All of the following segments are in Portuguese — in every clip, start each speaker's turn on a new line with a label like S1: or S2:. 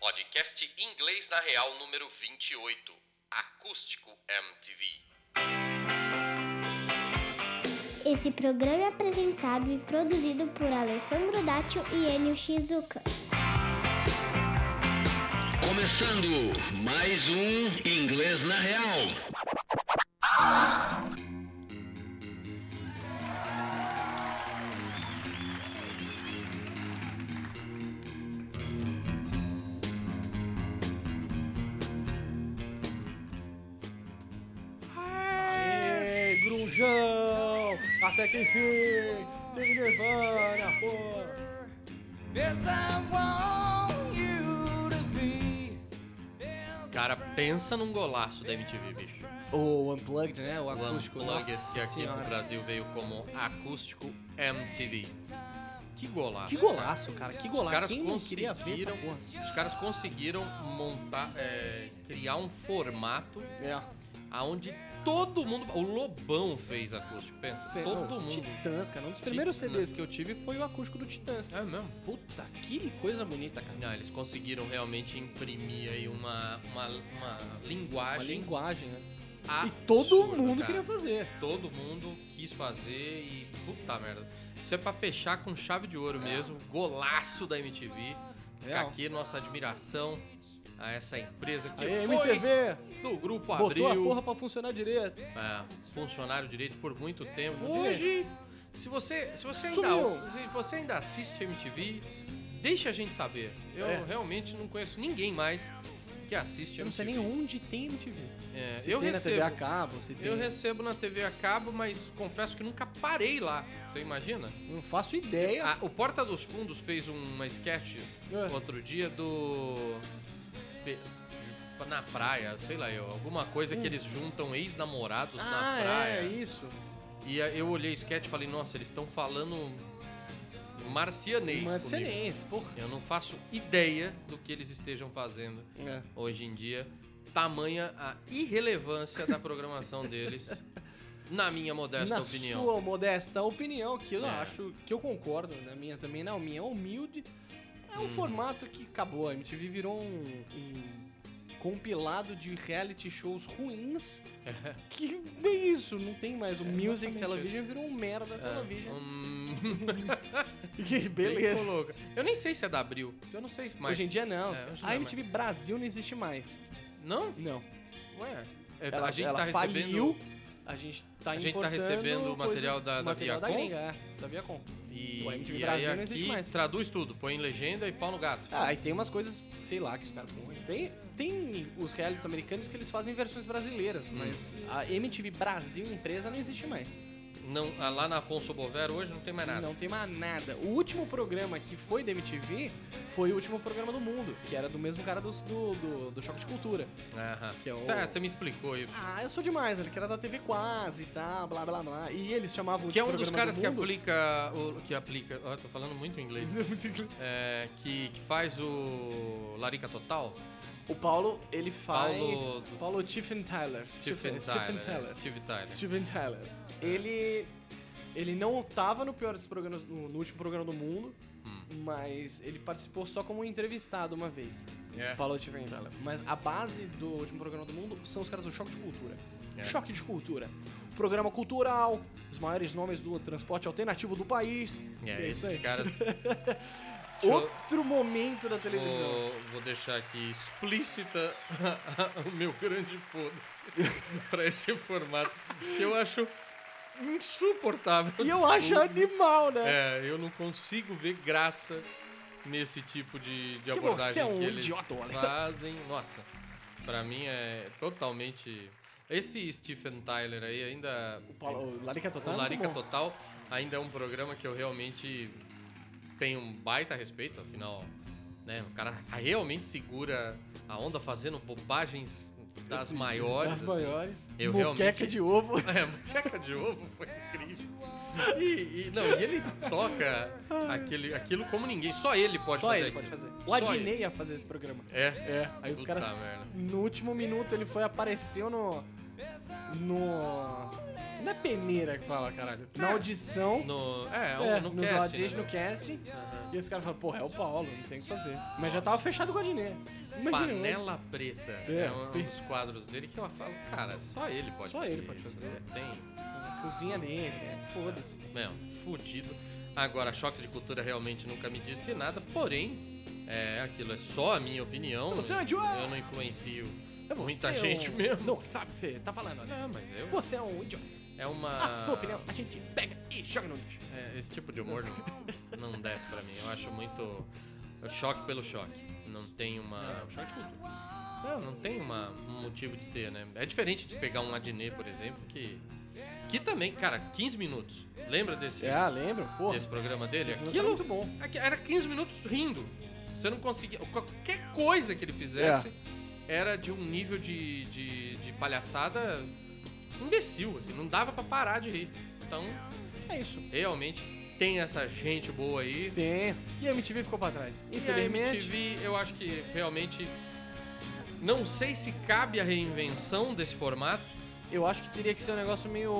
S1: Podcast Inglês na Real número 28, Acústico MTV.
S2: Esse programa é apresentado e produzido por Alessandro Dátio e Enio Shizuka.
S3: Começando mais um Inglês na Real.
S4: Aê, grunjão! Até que enfim! Teve Nirvana, pô!
S5: Yes, I want you to be.
S1: Cara, pensa num golaço da MTV, bicho.
S6: O Unplugged, né? O
S1: O
S6: acústico.
S1: Unplugged esse
S6: Nossa
S1: aqui no
S6: senhora.
S1: Brasil veio como Acústico MTV. Que golaço.
S6: Que golaço, cara. Que
S1: Ah, Os
S6: golaço.
S1: caras,
S6: Quem não queria ver essa
S1: conseguiram,
S6: porra?
S1: os caras conseguiram montar, é, criar um formato
S6: É.
S1: aonde todo mundo. O Lobão fez acústico, pensa. Todo
S6: Não,
S1: mundo.
S6: Titãs, cara. Um dos primeiros
S1: Titã-
S6: CDs que eu tive foi o acústico do Titãs.
S1: É mesmo?
S6: Puta, que coisa bonita, cara.
S1: Não, eles conseguiram realmente imprimir aí uma, uma, uma
S6: Uma
S1: linguagem.
S6: linguagem, né?
S1: absurda,
S6: e todo mundo
S1: cara.
S6: queria fazer.
S1: Todo mundo quis fazer e puta merda. Isso é pra fechar com chave de ouro mesmo. Golaço da MTV. Fica
S6: É. Real.
S1: aqui nossa admiração a essa empresa que
S6: Aí,
S1: foi
S6: MTV
S1: do grupo
S6: botou a
S1: Abril.
S6: porra pra funcionar direito.
S1: é, funcionário direito por muito tempo.
S6: Direito.
S1: Hoje, se você, se você ainda
S6: Sumiu.
S1: se você ainda assiste MTV, deixa a gente saber. Eu
S6: É.
S1: realmente não conheço ninguém mais que assiste
S6: Eu não sei
S1: MTV.
S6: nem onde tem MTV.
S1: É,
S6: Se
S1: eu
S6: tem na TV
S1: recebo.
S6: a cabo, se tem...
S1: Eu recebo na TV a cabo, mas confesso que nunca parei lá. Você imagina?
S6: Não faço ideia.
S1: Ah, o Porta dos Fundos fez uma sketch
S6: É.
S1: outro dia do. Pe- Na praia, sei lá, eu, alguma coisa que eles juntam ex-namorados na
S6: Ah,
S1: praia.
S6: é, isso.
S1: E a- eu olhei o sketch e falei, nossa, eles estão falando marcianês. comigo.
S6: Marcianense, é porra.
S1: Eu não faço ideia do que eles estejam fazendo
S6: É.
S1: hoje em dia. Tamanha a irrelevância da programação deles, na minha modesta
S6: na
S1: opinião.
S6: sua modesta opinião, que eu
S1: É.
S6: acho que eu concordo, na minha também, na minha humilde, é
S1: Hum.
S6: um formato que acabou. A MTV virou um, um compilado de reality shows ruins. que bem isso, não tem mais. O Music
S1: É, exatamente
S6: Television virou um merda television.
S1: Hum,
S6: Que
S1: bem
S6: beleza.
S1: louca. Eu nem sei se é da Abril. Eu não sei mais.
S6: Hoje em dia não.
S1: É, hoje não
S6: a
S1: é
S6: MTV Brasil não existe mais.
S1: Não?
S6: Não.
S1: Ué. é,
S6: Ela,
S1: a gente
S6: ela
S1: tá recebendo.
S6: faliu, A gente tá
S1: a gente tá
S6: importando
S1: recebendo o material
S6: coisas-
S1: da- da
S6: material
S1: Viacom?
S6: gringa, é, da Viacom.
S1: E,
S6: O MTV
S1: e aí
S6: é Brasil não existe
S1: aqui
S6: mais.
S1: traduz tudo, põe legenda e pau no gato.
S6: Ah, e tem umas coisas, sei lá, que os caras põem. Tem, tem os realities americanos que eles fazem versões brasileiras,
S1: Hum.
S6: mas a MTV Brasil empresa não existe mais.
S1: Não, ah, lá na Afonso Bovero hoje não tem mais nada.
S6: Não tem mais nada. O último programa que foi da MTV foi o último programa do mundo, que era do mesmo cara dos- do, do, do Choque de Cultura.
S1: Aham.
S6: Que é o-
S1: Cê- Você me explicou isso.
S6: Ah, eu sou demais, ele que era da TV quase e tá, blá blá blá. E eles chamavam
S1: Que é
S6: de
S1: um dos
S6: programa
S1: caras
S6: do
S1: que
S6: mundo.
S1: aplica. O, que aplica. Ó, tô falando muito inglês. né? É, que, que faz o. Larica Total?
S6: O Paulo, ele faz.
S1: Paulo-
S6: Paulo, Tiffen Tyler.
S1: Steve Tyler. é, Steve Tyler.
S6: Steven Tyler.
S1: É.
S6: Ele. Ele não tava no pior dos programas. No, no último programa do mundo.
S1: Hum.
S6: Mas ele participou só como um entrevistado uma vez.
S1: É.
S6: Paulo Steven Tyler. Mas a base do último programa do mundo são os caras do Choque de Cultura.
S1: É.
S6: Choque de Cultura. Programa cultural, os maiores nomes do transporte alternativo do país.
S1: É,
S6: isso
S1: esses
S6: aí.
S1: caras.
S6: Outro momento da televisão.
S1: Vou, vou deixar aqui explícita o meu grande foda-se pra esse formato. Que eu acho insuportável.
S6: E eu
S1: desculpa.
S6: acho animal, né?
S1: É, eu não consigo ver graça nesse tipo de, de
S6: você
S1: abordagem
S6: é um
S1: que eles
S6: idiota, Wallace.
S1: fazem. Nossa, pra mim é totalmente. Esse Stephen Tyler aí ainda.
S6: O, Paulo, o Larica Total.
S1: O
S6: é muito
S1: Larica
S6: bom.
S1: Total ainda é um programa que eu realmente tenho um baita respeito, afinal, né? O cara realmente segura a onda fazendo bobagens das
S6: Assim,
S1: maiores.
S6: Das
S1: assim.
S6: maiores.
S1: Eu
S6: Moqueca
S1: realmente-
S6: de ovo.
S1: É, moqueca de ovo foi incrível. E, e- não, e ele toca aquele, aquilo como ninguém. Só ele pode
S6: Só
S1: fazer
S6: ele
S1: aquilo.
S6: pode fazer. O
S1: Só
S6: Adnei
S1: ele.
S6: ia fazer esse programa.
S1: É.
S6: É, aí os
S1: Puta
S6: caras.
S1: merda.
S6: No último minuto ele foi, apareceu no. No. Não é peneira que fala, caralho. Na audição.
S1: É. No, é,
S6: é,
S1: no
S6: nos
S1: cast,
S6: audições,
S1: né?
S6: no casting. E os caras falam, porra, é o Paulo, não tem o que fazer. Mas já tava fechado o Godinê. Imagina, eu-
S1: Panela Preta
S6: É,
S1: é, um, um
S6: tem-
S1: dos quadros dele que eu falo, cara, só ele pode
S6: Só
S1: fazer
S6: ele pode
S1: isso,
S6: fazer.
S1: não Tem,
S6: cozinha nele, né? foda-se.
S1: meu, É, fudido. Agora, Choque de Cultura realmente nunca me disse nada, porém, é, aquilo é só a minha opinião.
S6: Você é um idiota!
S1: eu não influencio
S6: É você,
S1: muita
S6: eu-
S1: gente mesmo.
S6: Não sabe o que você tá falando, né?
S1: Não, mas eu...
S6: Você é um idiota.
S1: É uma...
S6: A Ah, sua opinião a gente pega e joga no lixo.
S1: É, esse tipo de humor não, não desce pra mim. Eu acho muito choque pelo choque. Não tem uma.
S6: É,
S1: Não, não tem uma, um motivo de ser, né? É diferente de pegar um Adnet, por exemplo, que. Que também, cara, 15 minutos. Lembra desse,
S6: Ah, lembra? Porra.
S1: desse programa dele?
S6: Aquilo é
S1: Aquilo
S6: muito bom.
S1: aqui- era 15 minutos rindo. Você não conseguia. Qualquer coisa que ele fizesse era de um nível de, de, de palhaçada imbecil, assim. Não dava pra parar de rir. Então,
S6: É isso.
S1: realmente tem essa gente boa aí.
S6: Tem. E a MTV ficou pra trás.
S1: E a
S6: Infelizmente.
S1: MTV, eu acho que realmente. Não sei se cabe a reinvenção desse formato.
S6: Eu acho que teria que ser um negócio meio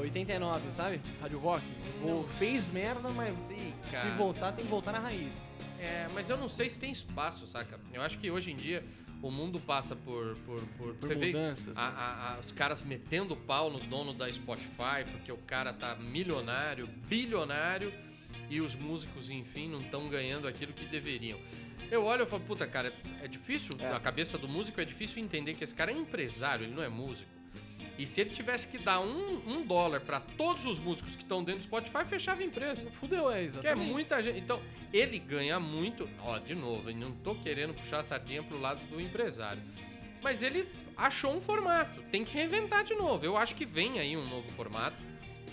S6: 89, sabe? Rádio Rock. Vo- Fez merda, mas
S1: sei,
S6: se
S1: cara.
S6: voltar, tem que voltar na raiz.
S1: É, mas eu não sei se tem espaço, saca? Eu acho que hoje em dia o mundo passa por. por, por,
S6: Por
S1: você
S6: mudanças,
S1: vê Ah. a- a- a- os caras metendo o pau no dono da Spotify, porque o cara tá milionário, bilionário, e os músicos, enfim, não estão ganhando aquilo que deveriam. Eu olho e falo, puta, cara, é difícil,
S6: É.
S1: a cabeça do músico é difícil entender que esse cara é empresário, ele não é músico. E se ele tivesse que dar um, um dólar pra todos os músicos que estão dentro do Spotify, fechava a empresa.
S6: Fudeu, é,
S1: Que é
S6: exatamente.
S1: muita gente. Então, ele ganha muito. Ó, de novo, eu não tô querendo puxar a sardinha pro lado do empresário. Mas ele achou um formato. Tem que reinventar de novo. Eu acho que vem aí um novo formato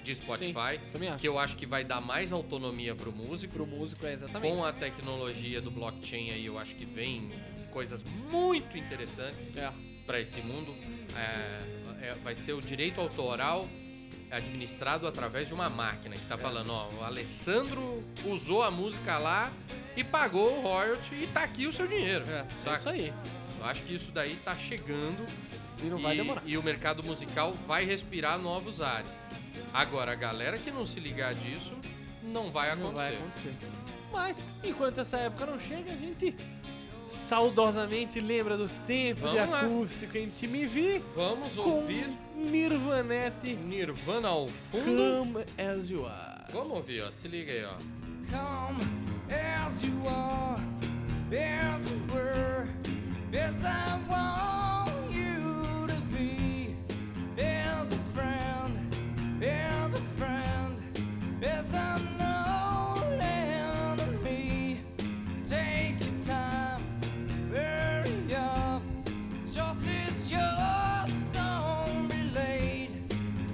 S1: de Spotify.
S6: Também acho.
S1: Que é eu acho que vai dar mais autonomia pro músico.
S6: Pro músico é exatamente.
S1: Com a tecnologia do blockchain aí, eu acho que vem coisas muito interessantes
S6: É.
S1: para esse mundo. É, é, vai ser o direito autoral administrado através de uma máquina
S6: É.
S1: que tá falando, ó, o Alessandro usou a música lá e pagou o royalty e tá aqui o seu dinheiro.
S6: É, é
S1: saca?
S6: isso aí.
S1: Eu acho que isso daí tá chegando
S6: E não
S1: e,
S6: vai demorar.
S1: e o mercado musical vai respirar novos ares. Agora, a galera que não se ligar disso não vai
S6: Não
S1: acontecer.
S6: vai acontecer. Mas, enquanto essa época não chega, a gente saudosamente lembra dos tempos de
S1: Vamos lá.
S6: acústico em TMV
S1: Vamos
S6: com
S1: ouvir
S6: Nirvanete
S1: Nirvana ao fundo.
S6: Come As You Are.
S1: Vamos ouvir, ó. Se liga aí, ó.
S5: Come as you are, as you were, as I want you to be, as a friend, as a friend, as I know enemy. Take your time, hurry up, just as yours, don't be late.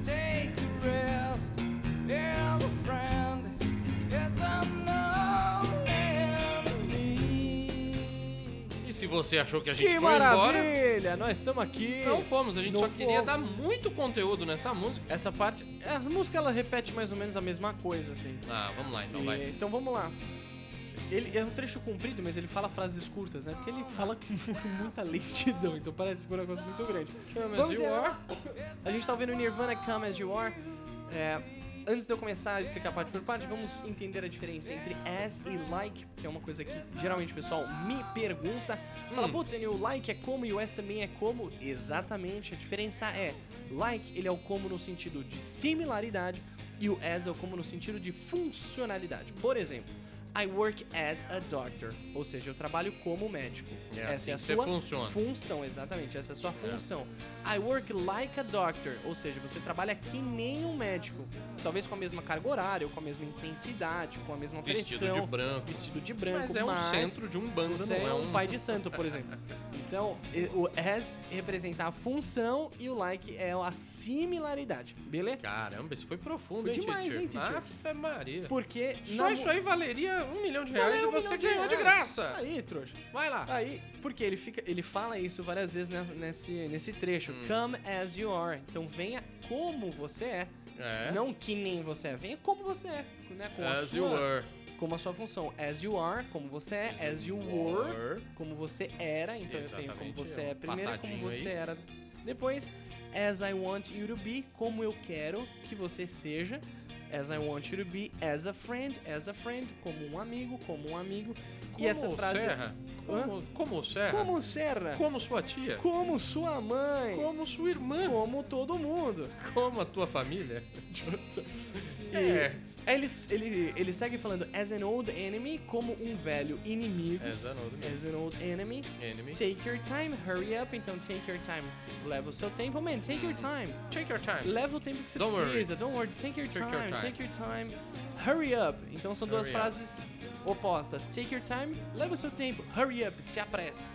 S5: Take a rest, as a friend, yes I'm no enemy.
S1: E se você achou que a gente
S6: Que
S1: foi embora, Então
S6: maravilha! Nós estamos aqui.
S1: Não fomos, a gente
S6: Não
S1: só queria
S6: fomos.
S1: dar muito conteúdo nessa música.
S6: Essa parte, a música ela repete mais ou menos a mesma coisa, assim.
S1: Ah, vamos lá então,
S6: E-
S1: vai.
S6: Então vamos lá. Ele é um trecho comprido, mas ele fala frases curtas, né? Porque ele fala com muita lentidão, então parece um negócio muito grande.
S1: Mas
S6: Vamos
S1: e o
S6: ter-
S1: ar?
S6: A gente tá ouvindo Nirvana Come As You Are. É, antes de eu começar a explicar parte por parte, vamos entender a diferença entre as e like, que é uma coisa que geralmente o pessoal me pergunta. Fala,
S1: Hum.
S6: putz, Enio, o like é como e o as também é como? Exatamente, a diferença é: like ele é o como no sentido de similaridade e o as é o como no sentido de funcionalidade. Por exemplo, I work as a doctor, ou seja, eu trabalho como médico.
S1: É
S6: Essa
S1: assim
S6: é a
S1: que você
S6: sua
S1: funciona.
S6: função, exatamente, essa é a sua função. I work like a doctor, ou seja, você trabalha que nem um médico, talvez com a mesma carga horária, ou com a mesma intensidade, com a mesma
S1: Vestido de
S6: pressão,
S1: branco.
S6: vestido de branco,
S1: Mas é um centro de um bando,
S6: você
S1: não é um...
S6: pai de santo, por exemplo. Então, e- o as representa a função e o like é a similaridade, beleza?
S1: Caramba, isso foi profundo,
S6: Foi
S1: hein,
S6: demais,
S1: teacher?
S6: hein, teacher?
S1: Afe Maria.
S6: Porque
S1: Só
S6: na-
S1: isso aí valeria um milhão de
S6: Valeu
S1: reais
S6: um
S1: e você
S6: milhão de
S1: ganhou de,
S6: reais.
S1: graça.
S6: Aí, trouxa.
S1: Vai lá.
S6: Aí, porque ele fica, ele fala isso várias vezes nessa- nesse, nesse trecho.
S1: Hum.
S6: Come as you are. Então venha como você é.
S1: É.
S6: Não que nem você é, venha como você é, né? Com a
S1: As
S6: sua,
S1: you were.
S6: como a sua função. As you are, como você é, as you were, como você era, então eu tenho como
S1: Exatamente,
S6: você
S1: é um
S6: é primeiro, como
S1: passadinho
S6: você
S1: aí.
S6: era Depois, As I Want You to Be, como eu quero que você seja. As I Want You to Be, as a friend, as a friend, como um amigo, como um amigo.
S1: Como
S6: e essa frase. é,
S1: Serra? Como, como Serra?
S6: Como Serra?
S1: Como sua tia?
S6: Como sua mãe?
S1: Como sua irmã?
S6: Como todo mundo.
S1: Como a tua família?
S6: É. Ele, ele, ele segue falando as an old enemy, como um velho inimigo.
S1: As an old man.
S6: As an old enemy.
S1: é enemy.
S6: Take your time, hurry up. Então, take your time. Leva o seu tempo, man. Take your time.
S1: Take your time.
S6: Leva o tempo que você
S1: Don't worry.
S6: precisa. Don't worry. Take your,
S1: Take
S6: time,
S1: your time.
S6: Take your time. Hurry up. Então, são duas
S1: Hurry up.
S6: frases opostas. Take your time. Leva o seu tempo. Hurry up. Se apresse.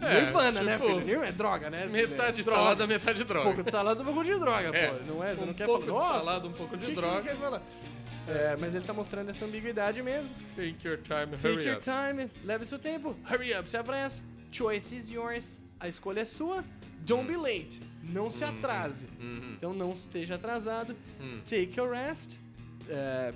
S1: É,
S6: Nirvana, né,
S1: tipo,
S6: filho? Nirvana é droga, né?
S1: Metade
S6: droga.
S1: salada, metade
S6: Um
S1: droga.
S6: pouco de salada, um pouco de droga,
S1: É.
S6: pô. Não é? Você
S1: um
S6: não quer
S1: pouco
S6: falar,
S1: de
S6: "Nossa,
S1: salada, um pouco
S6: o
S1: de
S6: que que ele
S1: droga.
S6: quer falar?" É, mas ele tá mostrando essa ambiguidade mesmo.
S1: Take your time,
S6: Take
S1: hurry
S6: your
S1: up.
S6: time, leve seu tempo, hurry up, se apresse. Choice is yours, a escolha é sua. Don't
S1: Hum.
S6: be late, não se atrase.
S1: Uhum.
S6: Então não esteja atrasado.
S1: Hum.
S6: Take your rest, é,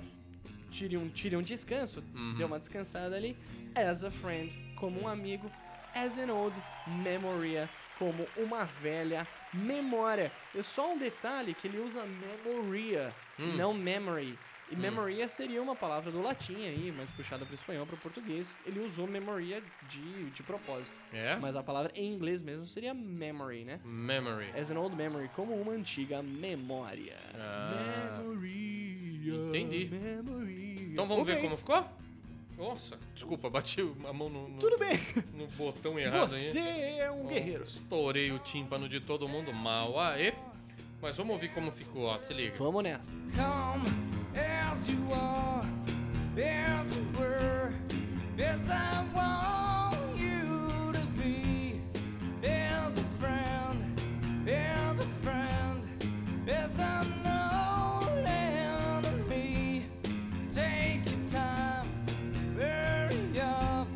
S6: tire, um, tire um descanso,
S1: Uhum.
S6: dê uma descansada ali. As a friend, como um amigo. As an old memoria, como uma velha memória. É só um detalhe que ele usa memoria,
S1: Hum.
S6: não memory. E memoria seria uma palavra do latim aí, mas puxada para o espanhol, para o português. Ele usou memoria de, de propósito.
S1: É?
S6: Mas a palavra em inglês mesmo seria memory, né?
S1: Memory.
S6: As an old memory, como uma antiga memória.
S1: Ah.
S6: memoria.
S1: Entendi.
S6: Memoria.
S1: Então vamos ver
S6: Ok,
S1: como ficou? Nossa, desculpa, bati a mão no, no-
S6: Tudo bem.
S1: no botão errado aí.
S6: Você é um
S1: Bom,
S6: guerreiro.
S1: Estourei o tímpano de todo mundo, mal aê. Mas vamos ouvir como ficou, ó, se liga.
S6: Vamos nessa.
S5: Come as you are, as you were, as I want you to be. As a friend, as a friend, as an old enemy. Take your time, hurry up.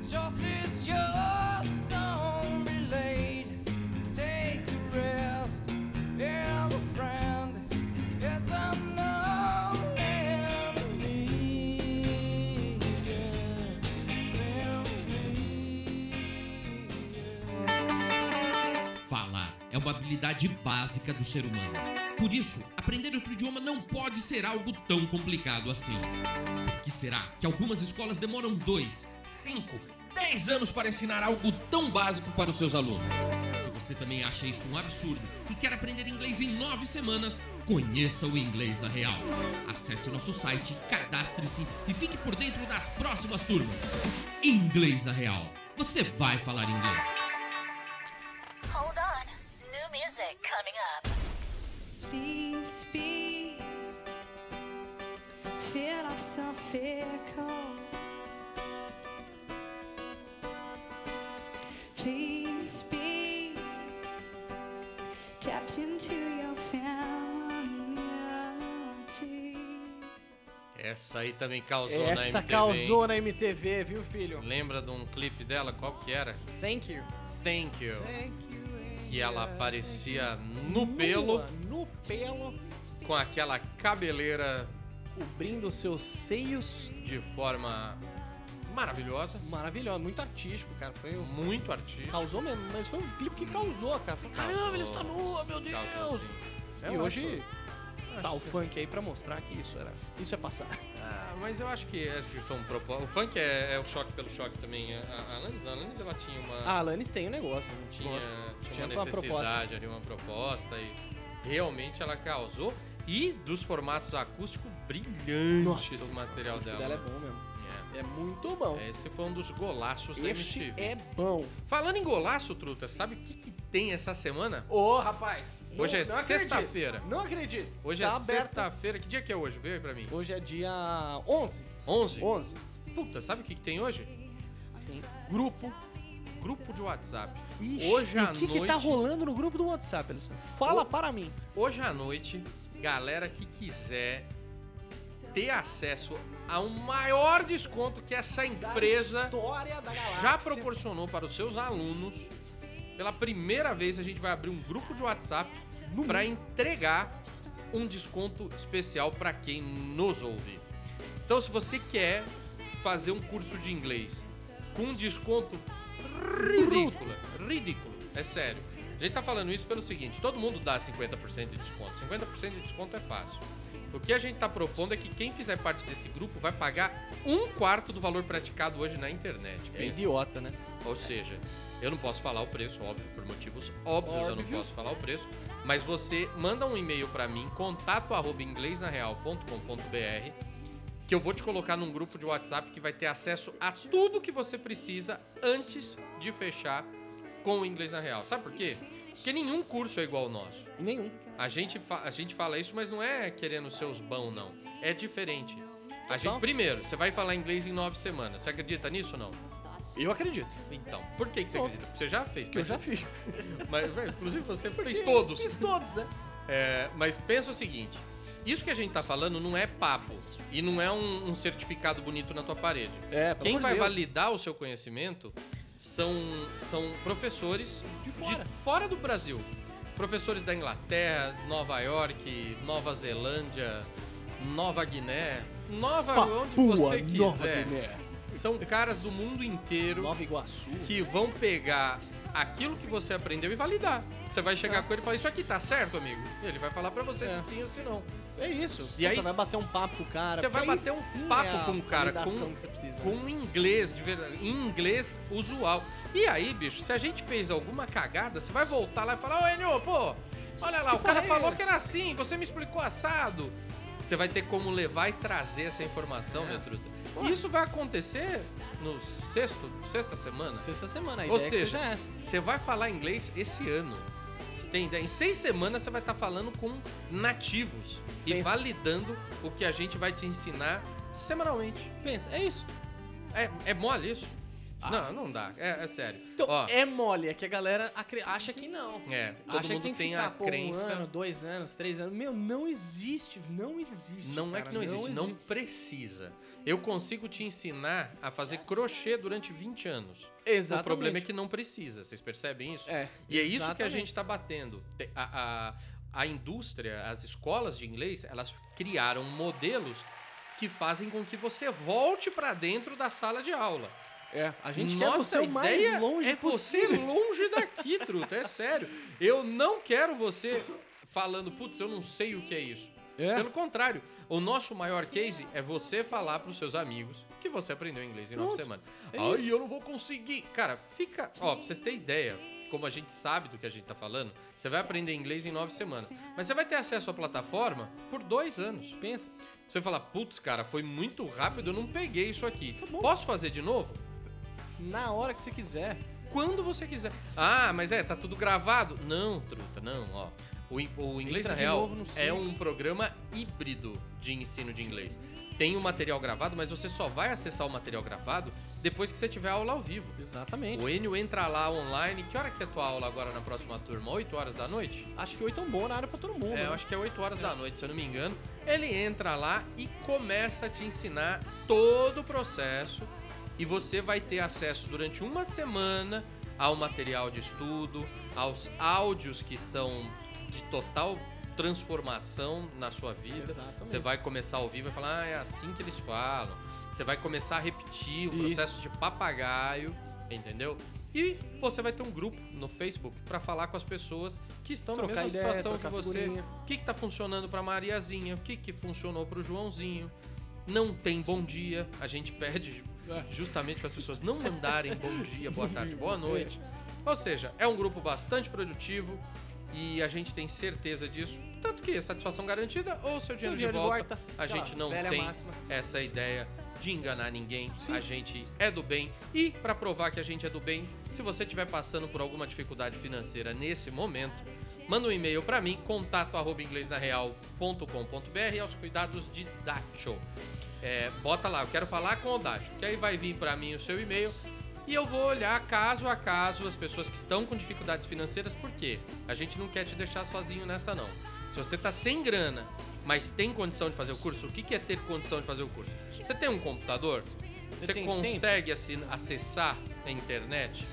S5: Just is yours, don't be late. Take a rest, as a friend. Yes, I'm no enemy.
S7: Falar é uma habilidade básica do ser humano. Por isso, aprender outro idioma não pode ser algo tão complicado assim. Por que será que algumas escolas demoram dois, cinco, dez anos para ensinar algo tão básico para os seus alunos? Se você também acha isso um absurdo e quer aprender inglês em nove semanas, conheça o Inglês na Real. Acesse nosso site, cadastre-se e fique por dentro das próximas turmas. Inglês na Real. Você vai falar inglês.
S8: Hold on. New music coming up.
S9: Please be philosophical. Please be tapped into your familiarity.
S1: Essa aí também causou na
S6: É Essa
S1: MTV. hein?
S6: causou na MTV, viu, filho?
S1: Lembra de um clipe dela? Qual que era?
S6: Thank you.
S1: Thank You.
S6: Thank you.
S1: Que ela aparecia no pelo
S6: No pelo,
S1: com aquela cabeleira
S6: cobrindo seus seios.
S1: de forma maravilhosa.
S6: Maravilhoso, muito artístico, cara. Foi um...
S1: Muito artística.
S6: Causou mesmo, mas foi um clipe que causou, cara. Falei, Caramba, ele está nua, meu Deus! É
S1: Causou, sim.
S6: E
S1: Eu
S6: hoje
S1: assim. acho-
S6: tá o
S1: acho-
S6: funk aí pra mostrar que isso era. Isso é passar.
S1: Ah, mas eu acho que, acho que são propósitos. O funk é, é o choque pelo choque também. A, a Alanis, a Alanis, ela tinha uma.
S6: A Alanis tem um negócio. né?
S1: tinha,
S6: Lógico.
S1: tinha
S6: Tinha
S1: uma
S6: uma
S1: necessidade ali, uma proposta e realmente ela causou. E dos formatos acústicos, brilhante
S6: Nossa,
S1: esse
S6: o
S1: material
S6: O
S1: dela.
S6: dela é bom mesmo. É muito bom.
S1: É. Esse foi um dos golaços da
S6: este
S1: MTV.
S6: é bom.
S1: Falando em golaço, Truta, sabe o que, que tem essa semana?
S6: Ô, rapaz.
S1: Hoje
S6: não-
S1: é
S6: não acredito.
S1: sexta-feira.
S6: Não acredito.
S1: Hoje
S6: Tá
S1: é
S6: aberto.
S1: sexta-feira. Que dia que é hoje? Vê aí pra mim.
S6: Hoje é dia 11.
S1: 11?
S6: 11.
S1: Puta, sabe o que, que tem hoje?
S6: Tem.
S1: Grupo. Grupo de WhatsApp.
S6: Ixi,
S1: hoje
S6: e
S1: à
S6: o que,
S1: noite.
S6: que tá rolando no grupo do WhatsApp, Alessandro? Fala
S1: Ô.
S6: para mim.
S1: Hoje à noite, galera que quiser ter acesso ao maior desconto que essa empresa
S6: História da galáxia.
S1: já proporcionou para os seus alunos, pela primeira vez a gente vai abrir um grupo de WhatsApp para entregar um desconto especial para quem nos ouve. Então, se você quer fazer um curso de inglês com um desconto ridículo, ridículo, é sério. A gente tá falando isso pelo seguinte, todo mundo dá 50% de desconto. 50% de desconto é fácil. O que a gente tá propondo é que quem fizer parte desse grupo vai pagar um quarto do valor praticado hoje na internet.
S6: É
S1: Pensa.
S6: idiota, né?
S1: Ou seja, eu não posso falar o preço, óbvio, por motivos óbvios eu não
S6: Óbvio.
S1: posso falar o preço, mas você manda um e-mail pra mim, contato arroba inglesnareal.com.br, que eu vou te colocar num grupo de WhatsApp que vai ter acesso a tudo que você precisa antes de fechar com o Inglês na Real. Sabe por quê? Porque nenhum curso é igual ao nosso.
S6: Nenhum.
S1: A gente, fa- a gente fala isso, mas não é querendo ser os bons, não. É diferente. A gente, primeiro, você vai falar inglês em nove semanas. Você acredita nisso ou não?
S6: Eu acredito.
S1: Então, por que, que você
S6: Bom,
S1: acredita? Porque você já fez.
S6: Que eu já fiz.
S1: Mas, velho, inclusive você fez
S6: Porque
S1: todos.
S6: Fiz todos, né?
S1: É, mas pensa o seguinte. Isso que a gente tá falando não é papo. E não é um, um certificado bonito na tua parede.
S6: É, pelo
S1: Quem
S6: amor de
S1: vai
S6: Deus.
S1: validar o seu conhecimento são, são professores
S6: De fora.
S1: fora do Brasil. Professores da Inglaterra, Nova York, Nova Zelândia, Nova Guiné, Nova onde você quiser. São caras do mundo inteiro
S6: Nova Iguaçu.
S1: que vão pegar aquilo que você aprendeu e validar. Você vai chegar com ele e falar, isso aqui tá certo, amigo? Ele vai falar pra você
S6: É.
S1: se sim ou se não.
S6: É isso.
S1: E aí
S6: Puta, vai bater um papo com o cara.
S1: você vai
S6: porque aí
S1: bater um
S6: sim
S1: papo
S6: é a
S1: com o cara, com-
S6: validação que você precisa. né?
S1: Com um inglês, de verdade, em inglês usual. E aí, bicho, se a gente fez alguma cagada, você vai voltar lá e falar, ô Enio, pô, olha lá, o cara falou que era assim, você me explicou assado. Você vai ter como levar e trazer essa informação,
S6: É.
S1: minha truta. E isso vai acontecer no sexto, sexta semana?
S6: Sexta semana, a
S1: Ou
S6: ideia é que
S1: seja,
S6: seja essa.
S1: Você vai falar inglês esse ano. Você tem ideia? Em seis semanas você vai estar falando com nativos e
S6: Pensa.
S1: validando o que a gente vai te ensinar semanalmente.
S6: Pensa, é isso. Ah.
S1: É, é mole isso? Não, não dá. É, é sério.
S6: Então,
S1: Ó,
S6: é mole, é que a galera acre- acha que não.
S1: é, todo
S6: acha
S1: mundo
S6: que tem,
S1: tem,
S6: que
S1: a
S6: ficar, pô,
S1: crença.
S6: Um ano, dois anos, três anos. Meu, não existe, não existe.
S1: não é
S6: cara,
S1: que não existe, não precisa. Eu consigo te ensinar a fazer crochê durante 20 anos.
S6: Exatamente.
S1: O problema é que não precisa. Vocês percebem isso?
S6: É,
S1: E é isso que a
S6: exatamente.
S1: gente está batendo. Te- A, a, a indústria, as escolas de inglês, elas criaram modelos que fazem com que você volte para dentro da sala de aula.
S6: É, a gente quer você
S1: Nossa
S6: o mais
S1: ideia
S6: longe
S1: é
S6: possível.
S1: você longe daqui, truta. É sério. Eu não quero você falando, putz, eu não sei o que é isso.
S6: É.
S1: Pelo contrário, o nosso maior case é você falar pros seus amigos que você aprendeu inglês em nove
S6: Pronto.
S1: semanas.
S6: É
S1: Ai,
S6: isso.
S1: eu não vou conseguir. Cara, fica. Ó, pra vocês terem ideia, como a gente sabe do que a gente tá falando, você vai aprender inglês em nove semanas. Mas você vai ter acesso à plataforma por dois anos.
S6: Pensa.
S1: Você fala, putz, cara, foi muito rápido, eu não peguei isso aqui.
S6: Tá
S1: Posso fazer de novo?
S6: Na hora que você quiser.
S1: quando você quiser. Ah, mas é, tá tudo gravado? Não, truta, não, ó. O, in- o Inglês
S6: Entra
S1: na
S6: de
S1: Real
S6: novo no
S1: é
S6: ciclo.
S1: um programa híbrido de ensino de inglês. Tem o material gravado, mas você só vai acessar o material gravado depois que você tiver aula ao vivo.
S6: Exatamente.
S1: O Enio entra lá online. Que hora que é a tua aula agora na próxima turma? 8 horas da noite?
S6: Acho que oito é um bom na área pra todo mundo.
S1: É,
S6: né?
S1: eu acho que é 8 horas da noite, se eu não me engano. Ele entra lá e começa a te ensinar todo o processo. E você vai ter acesso durante uma semana ao material de estudo, aos áudios que são de total transformação na sua vida.
S6: Exatamente.
S1: é Você vai começar a ouvir, vai falar, ah, é assim que eles falam. Você vai começar a repetir o
S6: Isso.
S1: processo de papagaio, entendeu? E você vai ter um grupo no Facebook pra falar com as pessoas que estão na
S6: Trocar
S1: mesma
S6: ideia,
S1: situação que
S6: trocar
S1: você.
S6: figurinha.
S1: O que, que tá funcionando pra Mariazinha? O que, que funcionou pro Joãozinho? Não tem bom dia. A gente pede
S6: É.
S1: justamente para as pessoas não mandarem bom dia, boa tarde, boa noite. Ou seja, é um grupo bastante produtivo e a gente tem certeza disso. Tanto que satisfação garantida ou seu dinheiro, de
S6: dinheiro de
S1: volta.
S6: volta.
S1: A
S6: Aquela
S1: gente não
S6: velha
S1: tem
S6: máxima.
S1: essa ideia de enganar ninguém. A gente é do bem. E para provar que a gente é do bem, se você estiver passando por alguma dificuldade financeira nesse momento, manda um e-mail para mim, contato arroba inglesnareal.com.br e aos cuidados de Dacho. É, bota lá, eu quero falar com o Dacho, que aí vai vir para mim o seu e-mail e eu vou olhar caso a caso as pessoas que estão com dificuldades financeiras, por quê? A gente não quer te deixar sozinho nessa não. Se você tá sem grana, mas tem condição de fazer o curso, o que que é ter condição de fazer o curso? Você tem um computador? Você,
S6: tem
S1: consegue assin- acessar a internet?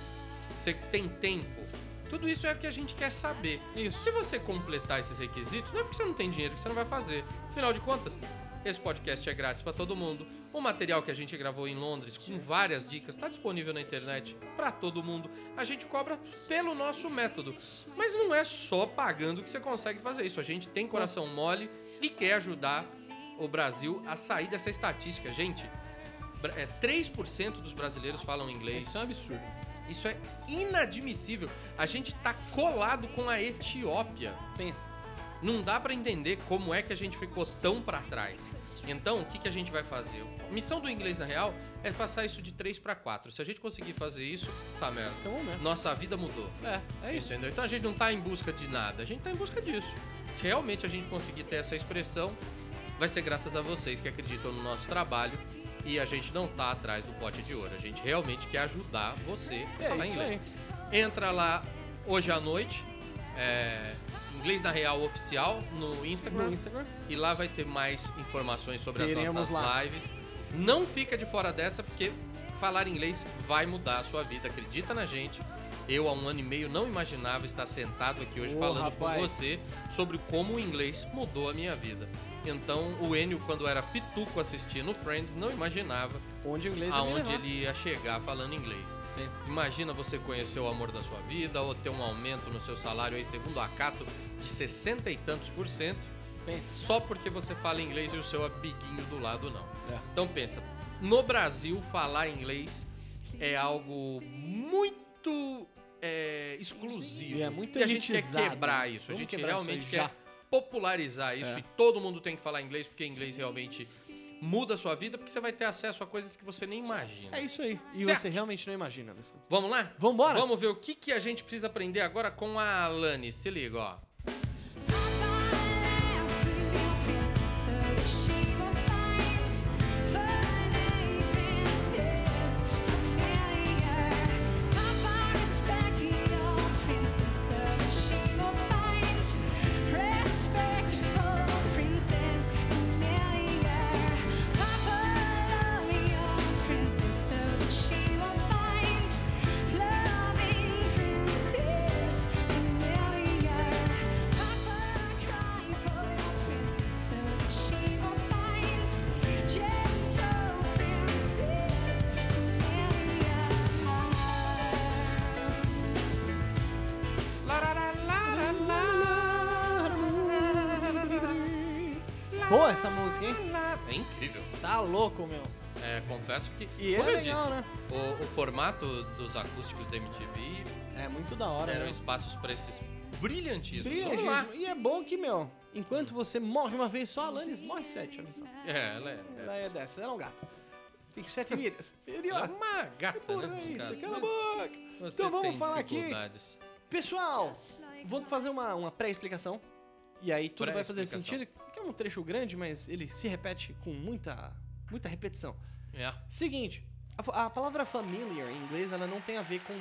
S1: Você tem tempo? Tudo isso é o que a gente quer saber. Se você completar esses requisitos, não é porque você não tem dinheiro que você não vai fazer. Afinal de contas, Esse podcast é grátis para todo mundo. O material que a gente gravou em Londres, com várias dicas, está disponível na internet para todo mundo. A gente cobra pelo nosso método. Mas não é só pagando que você consegue fazer isso. A gente tem coração mole e quer ajudar o Brasil a sair dessa estatística. Gente, bra- é 3% dos brasileiros falam inglês.
S6: Isso é um absurdo.
S1: Isso é inadmissível. A gente tá colado com a Etiópia.
S6: Pensa.
S1: Não dá pra entender como é que a gente ficou tão pra trás. Então, o que, que a gente vai fazer? A missão do inglês na real é passar isso de 3 pra 4. Se a gente conseguir fazer isso, tá merda.
S6: Então vamos nessa.
S1: Nossa vida mudou.
S6: É, é isso.
S1: Entendeu? Então a gente não tá em busca de nada, a gente tá em busca disso. Se realmente a gente conseguir ter essa expressão, vai ser graças a vocês que acreditam no nosso trabalho e a gente não tá atrás do pote de ouro. A gente realmente quer ajudar você a falar
S6: É isso
S1: inglês. Entra lá hoje à noite, é, Inglês na Real Oficial no Instagram,
S6: No Instagram.
S1: e lá vai ter mais informações sobre as
S6: Teremos
S1: nossas
S6: lá.
S1: lives. Não fica de fora dessa porque falar inglês vai mudar a sua vida, acredita na gente. Eu, há um ano e meio, não imaginava estar sentado aqui hoje
S6: Ô,
S1: falando com
S6: rapaz.
S1: você sobre como o inglês mudou a minha vida. Então, o Enio, quando era pituco assistindo Friends, não imaginava
S6: Onde o inglês é
S1: aonde
S6: melhor.
S1: ele ia chegar falando inglês.
S6: Pensa.
S1: Imagina você conhecer o amor da sua vida ou ter um aumento no seu salário aí, segundo a Cato, de 60 e tantos por cento,
S6: Pensa.
S1: só porque você fala inglês e o seu amiguinho do lado não.
S6: É.
S1: Então pensa, no Brasil falar inglês é algo muito é, exclusivo.
S6: E é muito
S1: e a gente quer
S6: elitizado. né?
S1: quebrar isso.
S6: Vamos
S1: a gente
S6: quebrar isso
S1: realmente
S6: aí
S1: quer
S6: já.
S1: popularizar isso
S6: É.
S1: e todo mundo tem que falar inglês porque inglês realmente muda a sua vida porque você vai ter acesso a coisas que você nem imagina.
S6: É isso aí. E
S1: Certo.
S6: você realmente não imagina, né? Alessandro.
S1: Vamos lá?
S6: Vambora?
S1: Vamos ver o que, que a gente precisa aprender agora com a Alane. Se liga, ó.
S9: She will find loving princess familiar. Papa cry for princess so that she will find gentle princess familiar.
S6: Boa essa música, hein?
S1: É incrível.
S6: Tá louco, meu.
S1: É, confesso que.
S6: E
S1: como
S6: é
S1: eu
S6: legal,
S1: disse,
S6: né?
S1: o, o formato dos acústicos da MTV
S6: É muito da hora,
S1: eram
S6: né?
S1: espaços pra esses brilhantismos.
S6: Brilhantismo.
S1: Vamos lá.
S6: E é bom que, meu, enquanto você morre uma vez só, a Alanis morre sete, Alessandro.
S1: É, ela é.
S6: Ela é dessa, ela é um gato. Tem sete vidas.
S1: Ela é
S6: Idiota.
S1: uma gata. né,
S6: Porra,
S1: no
S6: eita,
S1: caso.
S6: cala a
S1: Mas
S6: boca.
S1: você
S6: Então vamos
S1: tem
S6: falar aqui.
S1: dificuldades.
S6: Pessoal, vou fazer uma, uma pré-explicação. E aí tudo vai fazer sentido.
S1: Pré-explicação.
S6: Que é um trecho grande, mas ele se repete com muita, muita repetição.
S1: É.
S6: Seguinte, a, fa- a palavra familiar em inglês ela não tem a ver com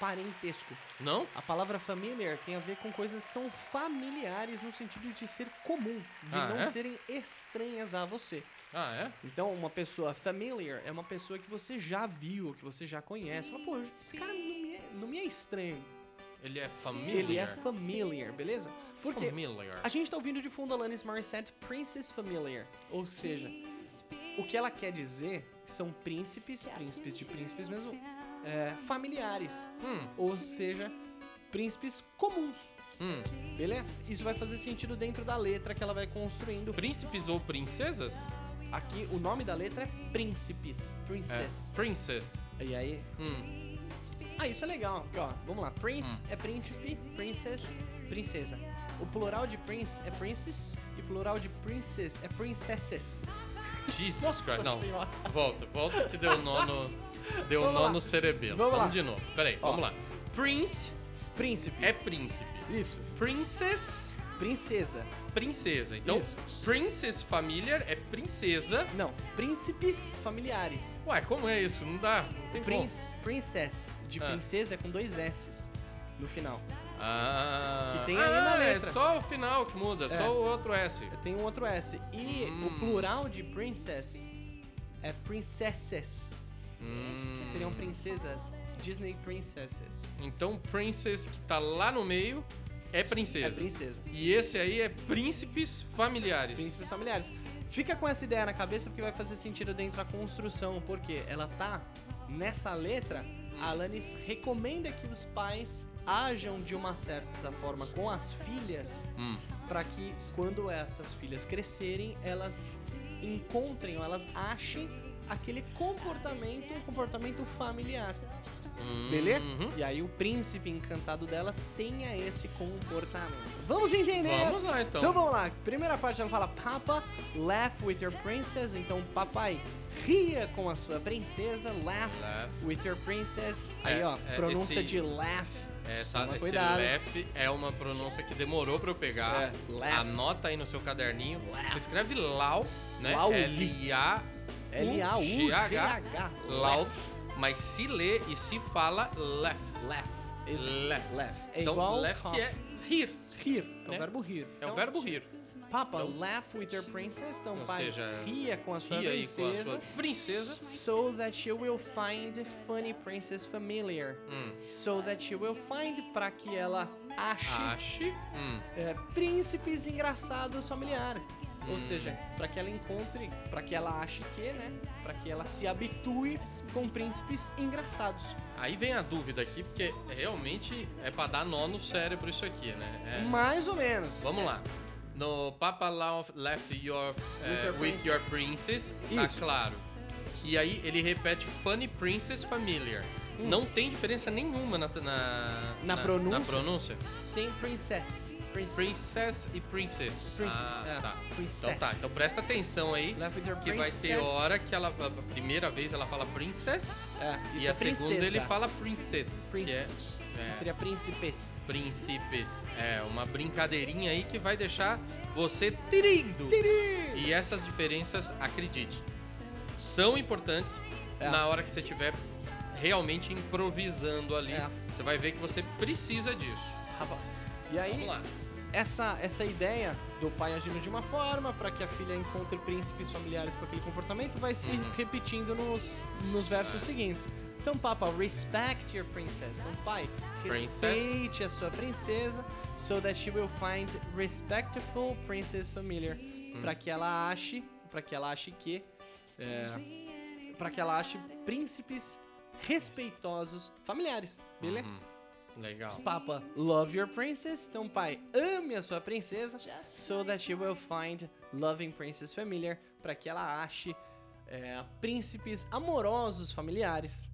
S6: parentesco.
S1: Não?
S6: A palavra familiar tem a ver com coisas que são familiares no sentido de ser comum, de
S1: Ah,
S6: não
S1: é?
S6: serem estranhas a você.
S1: Ah, é?
S6: Então, uma pessoa familiar é uma pessoa que você já viu, que você já conhece. Fala, pô, esse cara não me é, não me é estranho.
S1: Ele é familiar.
S6: Ele é familiar, beleza? Porque
S1: familiar.
S6: a gente tá ouvindo de fundo a Alanis Morissette Princess Familiar. Ou seja, o que ela quer dizer são príncipes, príncipes de príncipes mesmo, é, familiares.
S1: Hum,
S6: Ou seja, príncipes comuns.
S1: hum.
S6: Beleza? Isso vai fazer sentido dentro da letra que ela vai construindo.
S1: Príncipes ou princesas?
S6: Aqui, o nome da letra é príncipes.
S1: É,
S6: Princess.
S1: Princess.
S6: E aí.
S1: Hum.
S6: Ah, isso é legal. Aqui, ó. Vamos lá. Prince é príncipe, princess, princesa. O plural de prince é princes e o plural de princess é princesses.
S1: Jesus
S6: Nossa
S1: Christ. Não.
S6: Senhora.
S1: Volta, volta que deu nó no. Deu
S6: Vamos
S1: nó
S6: lá.
S1: no cerebelo.
S6: Vamos
S1: Vamos,
S6: lá.
S1: de novo. Peraí,
S6: Ó.
S1: vamos lá. Prince
S6: Príncipe.
S1: é príncipe.
S6: Isso.
S1: Princess,
S6: Princesa.
S1: princesa. Então,
S6: Isso.
S1: princess familiar é princesa.
S6: Não. Príncipes familiares.
S1: Ué, como é isso? Não dá. Não tem
S6: Prince, princess. De
S1: Ah.
S6: princesa é com dois S's no final.
S1: como. Ah.
S6: Que tem aí na
S1: Ah,
S6: letra. É.
S1: É só o final que muda, só o outro S.
S6: Tem um outro S. E
S1: Hum.
S6: o plural de princess é princesses.
S1: Hum.
S6: Seriam princesas. Disney princesses.
S1: Então, princess que tá lá no meio é princesa.
S6: É princesa.
S1: E esse aí é príncipes familiares.
S6: Príncipes familiares. Fica com essa ideia na cabeça porque vai fazer sentido dentro da construção, porque ela tá nessa letra. A Alanis recomenda que os pais ajam de uma certa forma com as filhas
S1: Hum.
S6: para que quando essas filhas crescerem, elas encontrem, ou elas achem aquele comportamento, um comportamento familiar. Beleza?
S1: Uhum.
S6: E aí o príncipe encantado delas tenha esse comportamento. Vamos entender!
S1: Vamos lá então.
S6: Então vamos lá, primeira parte ela fala Papa, laugh with your princess. Então, papai, ria com a sua princesa, laugh
S1: Laugh.
S6: with your princess. Aí,
S1: É,
S6: ó,
S1: é,
S6: pronúncia
S1: esse- é
S6: de laugh.
S1: Essa,
S6: Toma
S1: esse
S6: cuidado.
S1: lef é uma pronúncia que demorou pra eu pegar.
S6: É, lef.
S1: Anota aí no seu caderninho. Se escreve lau, né?
S6: Lau.
S1: L-A.
S6: L-A-U-G-H.
S1: Lau. Mas se lê e se fala lef.
S6: Laugh. Esse-
S1: Lef.
S6: Laugh. É
S1: Então,
S6: igual
S1: lef
S6: cough.
S1: que é rir.
S6: rir. É
S1: né?
S6: o verbo rir.
S1: É o
S6: Então,
S1: verbo rir.
S6: Papa, laugh with your princess. Então,
S1: Então, Ou
S6: pai,
S1: seja,
S6: ria com a sua
S1: E aí com a
S6: princesa.
S1: sua princesa.
S6: So that you will find funny princess familiar.
S1: Hum.
S6: So that you will find pra que ela ache
S1: Ache. Hum.
S6: é, príncipes engraçados familiar.
S1: Hum.
S6: Ou seja, pra que ela encontre, pra que ela ache que, né? Pra que ela se habitue com príncipes engraçados.
S1: Aí vem a dúvida aqui, porque realmente é pra dar nó no cérebro isso aqui, né? É-
S6: Mais ou menos.
S1: Vamos lá. No Papa Love Left Your, eh,
S6: your
S1: With Your Princess, tá
S6: Isso.
S1: claro. E aí ele repete Funny Princess Familiar. Não tem diferença nenhuma na, Hum. na,
S6: Na pronúncia?
S1: pronúncia.
S6: Tem princess. Princess.
S1: Princess e Princess.
S6: Princess,
S1: Ah,
S6: é.
S1: tá.
S6: Princess.
S1: Então tá, então presta atenção aí.
S6: Left with your
S1: Que vai ter
S6: princess.
S1: hora que ela. A primeira vez ela fala princess.
S6: É, isso
S1: e
S6: é
S1: a segunda ele
S6: princesa.
S1: fala princess.
S6: Princess.
S1: Que é, é,
S6: Que Seria príncipes.
S1: Príncipes. É, uma brincadeirinha aí que vai deixar você tirindo. E essas diferenças, acredite, são importantes
S6: É.
S1: na hora que você estiver realmente improvisando ali.
S6: É.
S1: Você vai ver que você precisa disso.
S6: Rapaz. E aí,
S1: Vamos lá.
S6: essa, essa ideia do pai agindo de uma forma para que a filha encontre príncipes familiares com aquele comportamento vai se
S1: Uhum.
S6: repetindo nos, nos versos seguintes. Então, Papa, respect your princess. Então, pai,
S1: Princess.
S6: respeite a sua princesa so that she will find respectful princess familiar.
S1: Uhum.
S6: Para que ela ache, para que ela ache que, é, para que ela ache príncipes respeitosos familiares,
S1: Uhum.
S6: beleza?
S1: Legal.
S6: Papa, love your princess. Então, pai, ame a sua princesa. So that she will find loving princess familiar. Pra que ela ache é, príncipes amorosos familiares.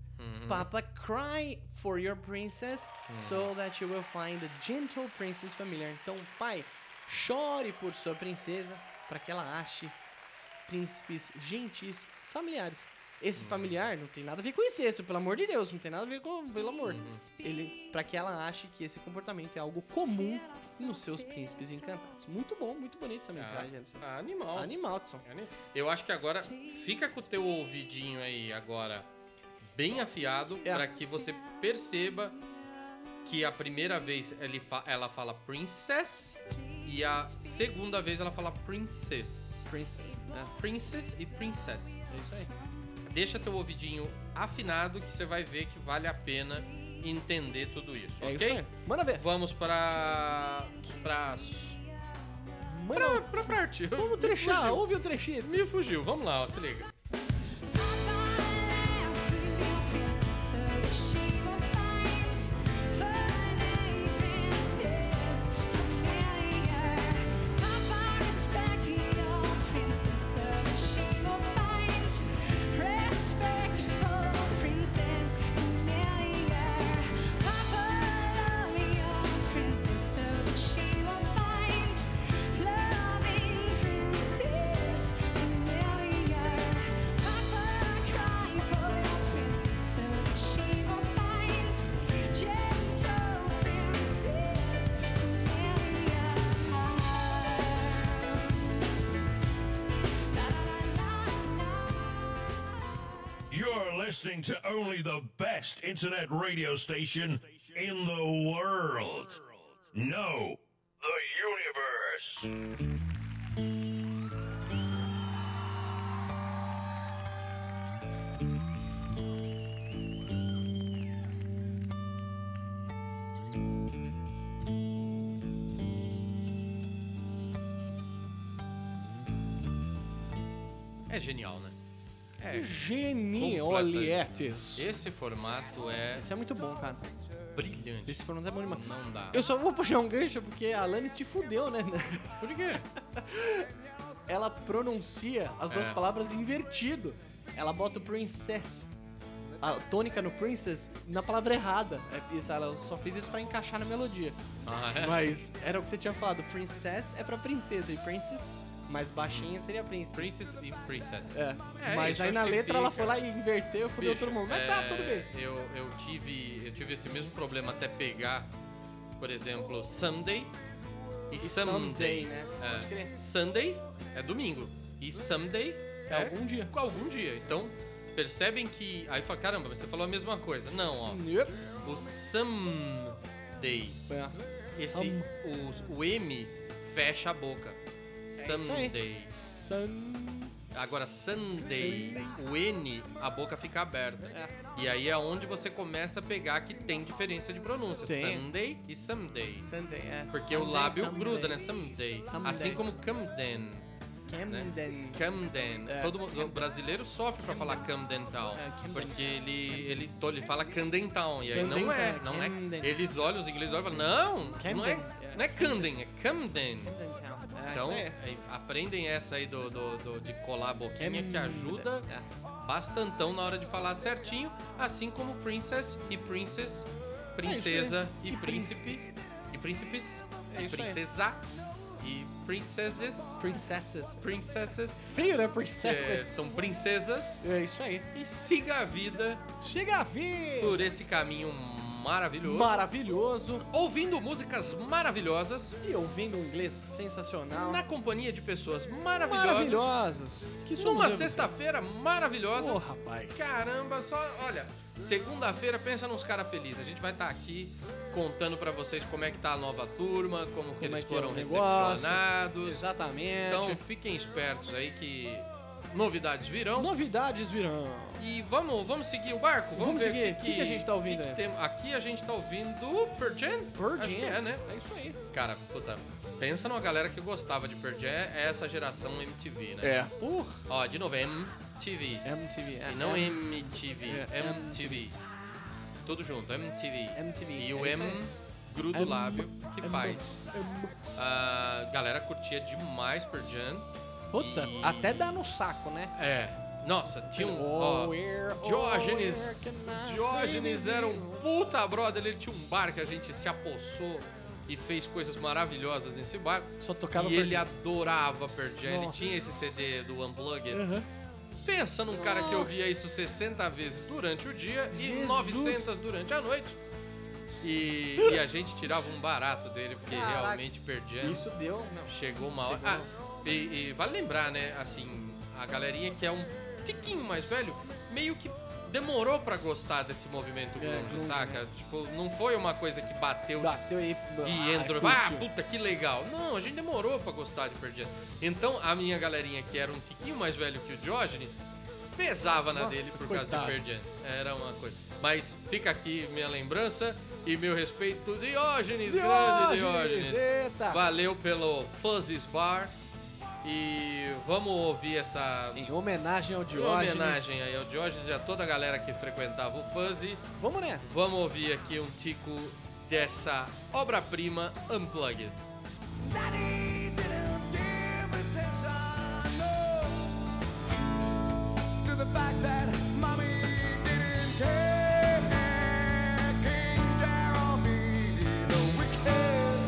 S6: Papa, cry for your princess. So that you will find a gentle princess familiar. Então, pai, chore por sua princesa. Pra que ela ache príncipes gentis familiares. Esse
S1: Uhum.
S6: familiar não tem nada a ver com incesto, pelo amor de Deus, não tem nada a ver com pelo amor. Ele para que ela ache que esse comportamento é algo comum nos seus príncipes encantados. Muito bom, muito bonito essa mensagem. Anderson.
S1: Ah, animal.
S6: Animal, Tson.
S1: Eu acho que agora fica com o teu ouvidinho aí agora bem afiado
S6: É.
S1: pra que você perceba que a primeira vez ele fa- ela fala princess e a segunda vez ela fala princess. né?
S6: Princess. É,
S1: Princess e princess.
S6: é isso aí.
S1: Deixa teu ouvidinho afinado que você vai ver que vale a pena entender tudo isso,
S6: É isso
S1: ok?
S6: aí. Manda ver.
S1: Vamos para para
S6: Manda.
S1: para ah, parte.
S6: Vamos trechar, ouve o trechinho.
S1: Me fugiu. Vamos lá, ó, se liga.
S9: She will find loving princess familiar. Papa, cry for your princess so that she will find gentle princess familiar. La
S10: You're listening to only the best internet radio station in the world. No, the universe.
S1: É genial, né?
S6: Geniolietes.
S1: completamente. Esse formato é
S6: Esse é muito bom, cara.
S1: brilhante.
S6: Esse formato é bom demais.
S1: Não dá.
S6: Eu só vou puxar um gancho porque a Alanis te fudeu, né?
S1: Por quê?
S6: Ela pronuncia as duas
S1: É.
S6: palavras invertido. Ela bota o princess, a tônica no princess, na palavra errada. É, isso, Ela só fez isso pra encaixar na melodia.
S1: Ah, é?
S6: Mas era o que você tinha falado. Princess é pra princesa e princess mais baixinha seria príncipe.
S1: Princess e Princess.
S6: É.
S1: É,
S6: Mas
S1: isso
S6: aí
S1: acho
S6: na
S1: que
S6: letra ela
S1: fica.
S6: foi lá e inverteu e fudeu
S1: Bicho,
S6: todo mundo. Mas tá,
S1: é,
S6: tudo bem.
S1: Eu, eu, tive, eu tive esse mesmo problema até pegar, por exemplo, Sunday e,
S6: E
S1: Sunday.
S6: someday, né?
S1: É.
S6: Pode crer.
S1: Sunday é domingo e Sunday é,
S6: algum dia.
S1: Algum dia. Então, percebem que... Aí fala, caramba, mas você falou a mesma coisa. Não, ó.
S6: Yep.
S1: O Sunday,
S6: É.
S1: esse, o, o M fecha a boca. Sunday.
S6: Sun-
S1: Agora, Sunday, o N, a boca fica aberta.
S6: É.
S1: E aí é onde você começa a pegar que tem diferença de pronúncia.
S6: Tem.
S1: Sunday e Someday.
S6: Sunday, é.
S1: Porque o
S6: Sunday,
S1: lábio
S6: someday.
S1: gruda, né? Someday.
S6: Someday.
S1: Assim como Camden. né?
S6: Camden.
S1: Camden.
S6: É,
S1: Todo mundo-
S6: Camden.
S1: O brasileiro sofre pra falar Camden Town.
S6: É, Camden.
S1: Porque ele, ele, to- ele fala Camden Town. E aí não é,
S6: Camden,
S1: não é.
S6: Camden.
S1: Eles olham, os ingleses olham e falam, não, não é,
S6: Camden, é.
S1: não é Camden, é Camden.
S6: Camden Town. É,
S1: Então,
S6: isso aí.
S1: aí, aprendem essa aí do, do- do- de colar a boquinha que
S6: Camden.
S1: ajuda
S6: É.
S1: bastantão na hora de falar certinho, assim como Princess e Princess, Princesa e,
S6: É E
S1: Príncipe,
S6: príncipes.
S1: e Príncipes,
S6: É
S1: e
S6: isso aí.
S1: Princesa, e Princesses,
S6: Princesses.
S1: Princesses,
S6: Feio,
S1: que
S6: né?
S1: é,
S6: Princesses.
S1: são princesas,
S6: É isso aí.
S1: e siga a vida
S6: Chega a vir!
S1: por esse caminho maravilhoso,
S6: Maravilhoso.
S1: ouvindo músicas maravilhosas,
S6: E ouvindo um inglês sensacional.
S1: na companhia de pessoas maravilhosas,
S6: Maravilhosas. Que somos
S1: numa
S6: eu,
S1: sexta-feira maravilhosa,
S6: Ô, rapaz.
S1: Caramba, só. Olha, segunda-feira pensa nos caras felizes. A gente vai estar aqui contando pra vocês como é que tá a nova turma, como, que
S6: Como
S1: eles
S6: é que é
S1: foram
S6: o negócio.
S1: recepcionados.
S6: Exatamente.
S1: Então fiquem espertos aí que novidades virão.
S6: Novidades virão.
S1: E vamos, vamos seguir o barco?
S6: Vamos
S1: ver
S6: seguir.
S1: o que,
S6: O que que a gente tá ouvindo
S1: o que que
S6: aí?
S1: tem- Aqui a gente tá ouvindo Pearl Jam?
S6: Pearl
S1: Acho
S6: Jam.
S1: que é, né?
S6: É isso aí.
S1: Cara, puta, pensa numa galera que gostava de Pearl Jam, é essa geração MTV, né?
S6: É. Uh,
S1: Ó, de novo, é MTV.
S6: MTV. É,
S1: E não
S6: é,
S1: MTV,
S6: É,
S1: MTV. Tudo junto, MTV.
S6: MTV,
S1: E o
S6: é
S1: M
S6: isso aí.
S1: gruda o
S6: M,
S1: lábio, que
S6: M,
S1: faz.
S6: M.
S1: A galera curtia demais per Jan.
S6: Puta,
S1: E-
S6: até dá no saco, né?
S1: É. Nossa, tinha um. ó,
S6: Oh, where- oh,
S1: Diógenes.
S6: where can I
S1: Diógenes
S6: find
S1: era
S6: you?
S1: um puta brother, ele tinha um bar que a gente se apossou e fez coisas maravilhosas nesse bar.
S6: Só tocava
S1: e
S6: Pearl
S1: ele
S6: Jam.
S1: adorava per Jam, ele
S6: Nossa.
S1: tinha esse CD do Unplugged.
S6: Aham.
S1: Pensa num cara que ouvia isso 60 vezes durante o dia e
S6: Jesus.
S1: 900 durante a noite. E, e a gente tirava um barato dele, porque
S6: Caraca.
S1: realmente perdia.
S6: Isso deu. Não.
S1: Chegou uma hora. Ah, e, e vale lembrar, né? Assim, a galerinha que é um tiquinho mais velho, meio que demorou pra gostar desse movimento grunge,
S6: É, grunge, né?
S1: saca? Tipo, não foi uma coisa que bateu de
S6: Bateu aí.
S1: e entrou.
S6: curtiu.
S1: Ah, puta, que legal. Não, a gente demorou pra gostar de Perdido. Então, a minha galerinha, que era um tiquinho mais velho que o Diógenes, pesava na
S6: Nossa,
S1: dele por causa
S6: coitado.
S1: de Perdido. Era uma coisa. Mas fica aqui minha lembrança e meu respeito. Diógenes, grande Diógenes.
S6: Eita.
S1: Valeu pelo Fuzzy's Bar. E vamos ouvir essa
S6: Em homenagem ao
S1: em
S6: Diógenes.
S1: homenagem aí ao Diógenes e a toda a galera que frequentava o Fuzzy.
S6: Vamos nessa.
S1: Vamos ouvir aqui um tico dessa obra-prima Unplugged.
S5: Daddy didn't give attention, no, to the fact that mommy didn't care. King Jeremy the wicked,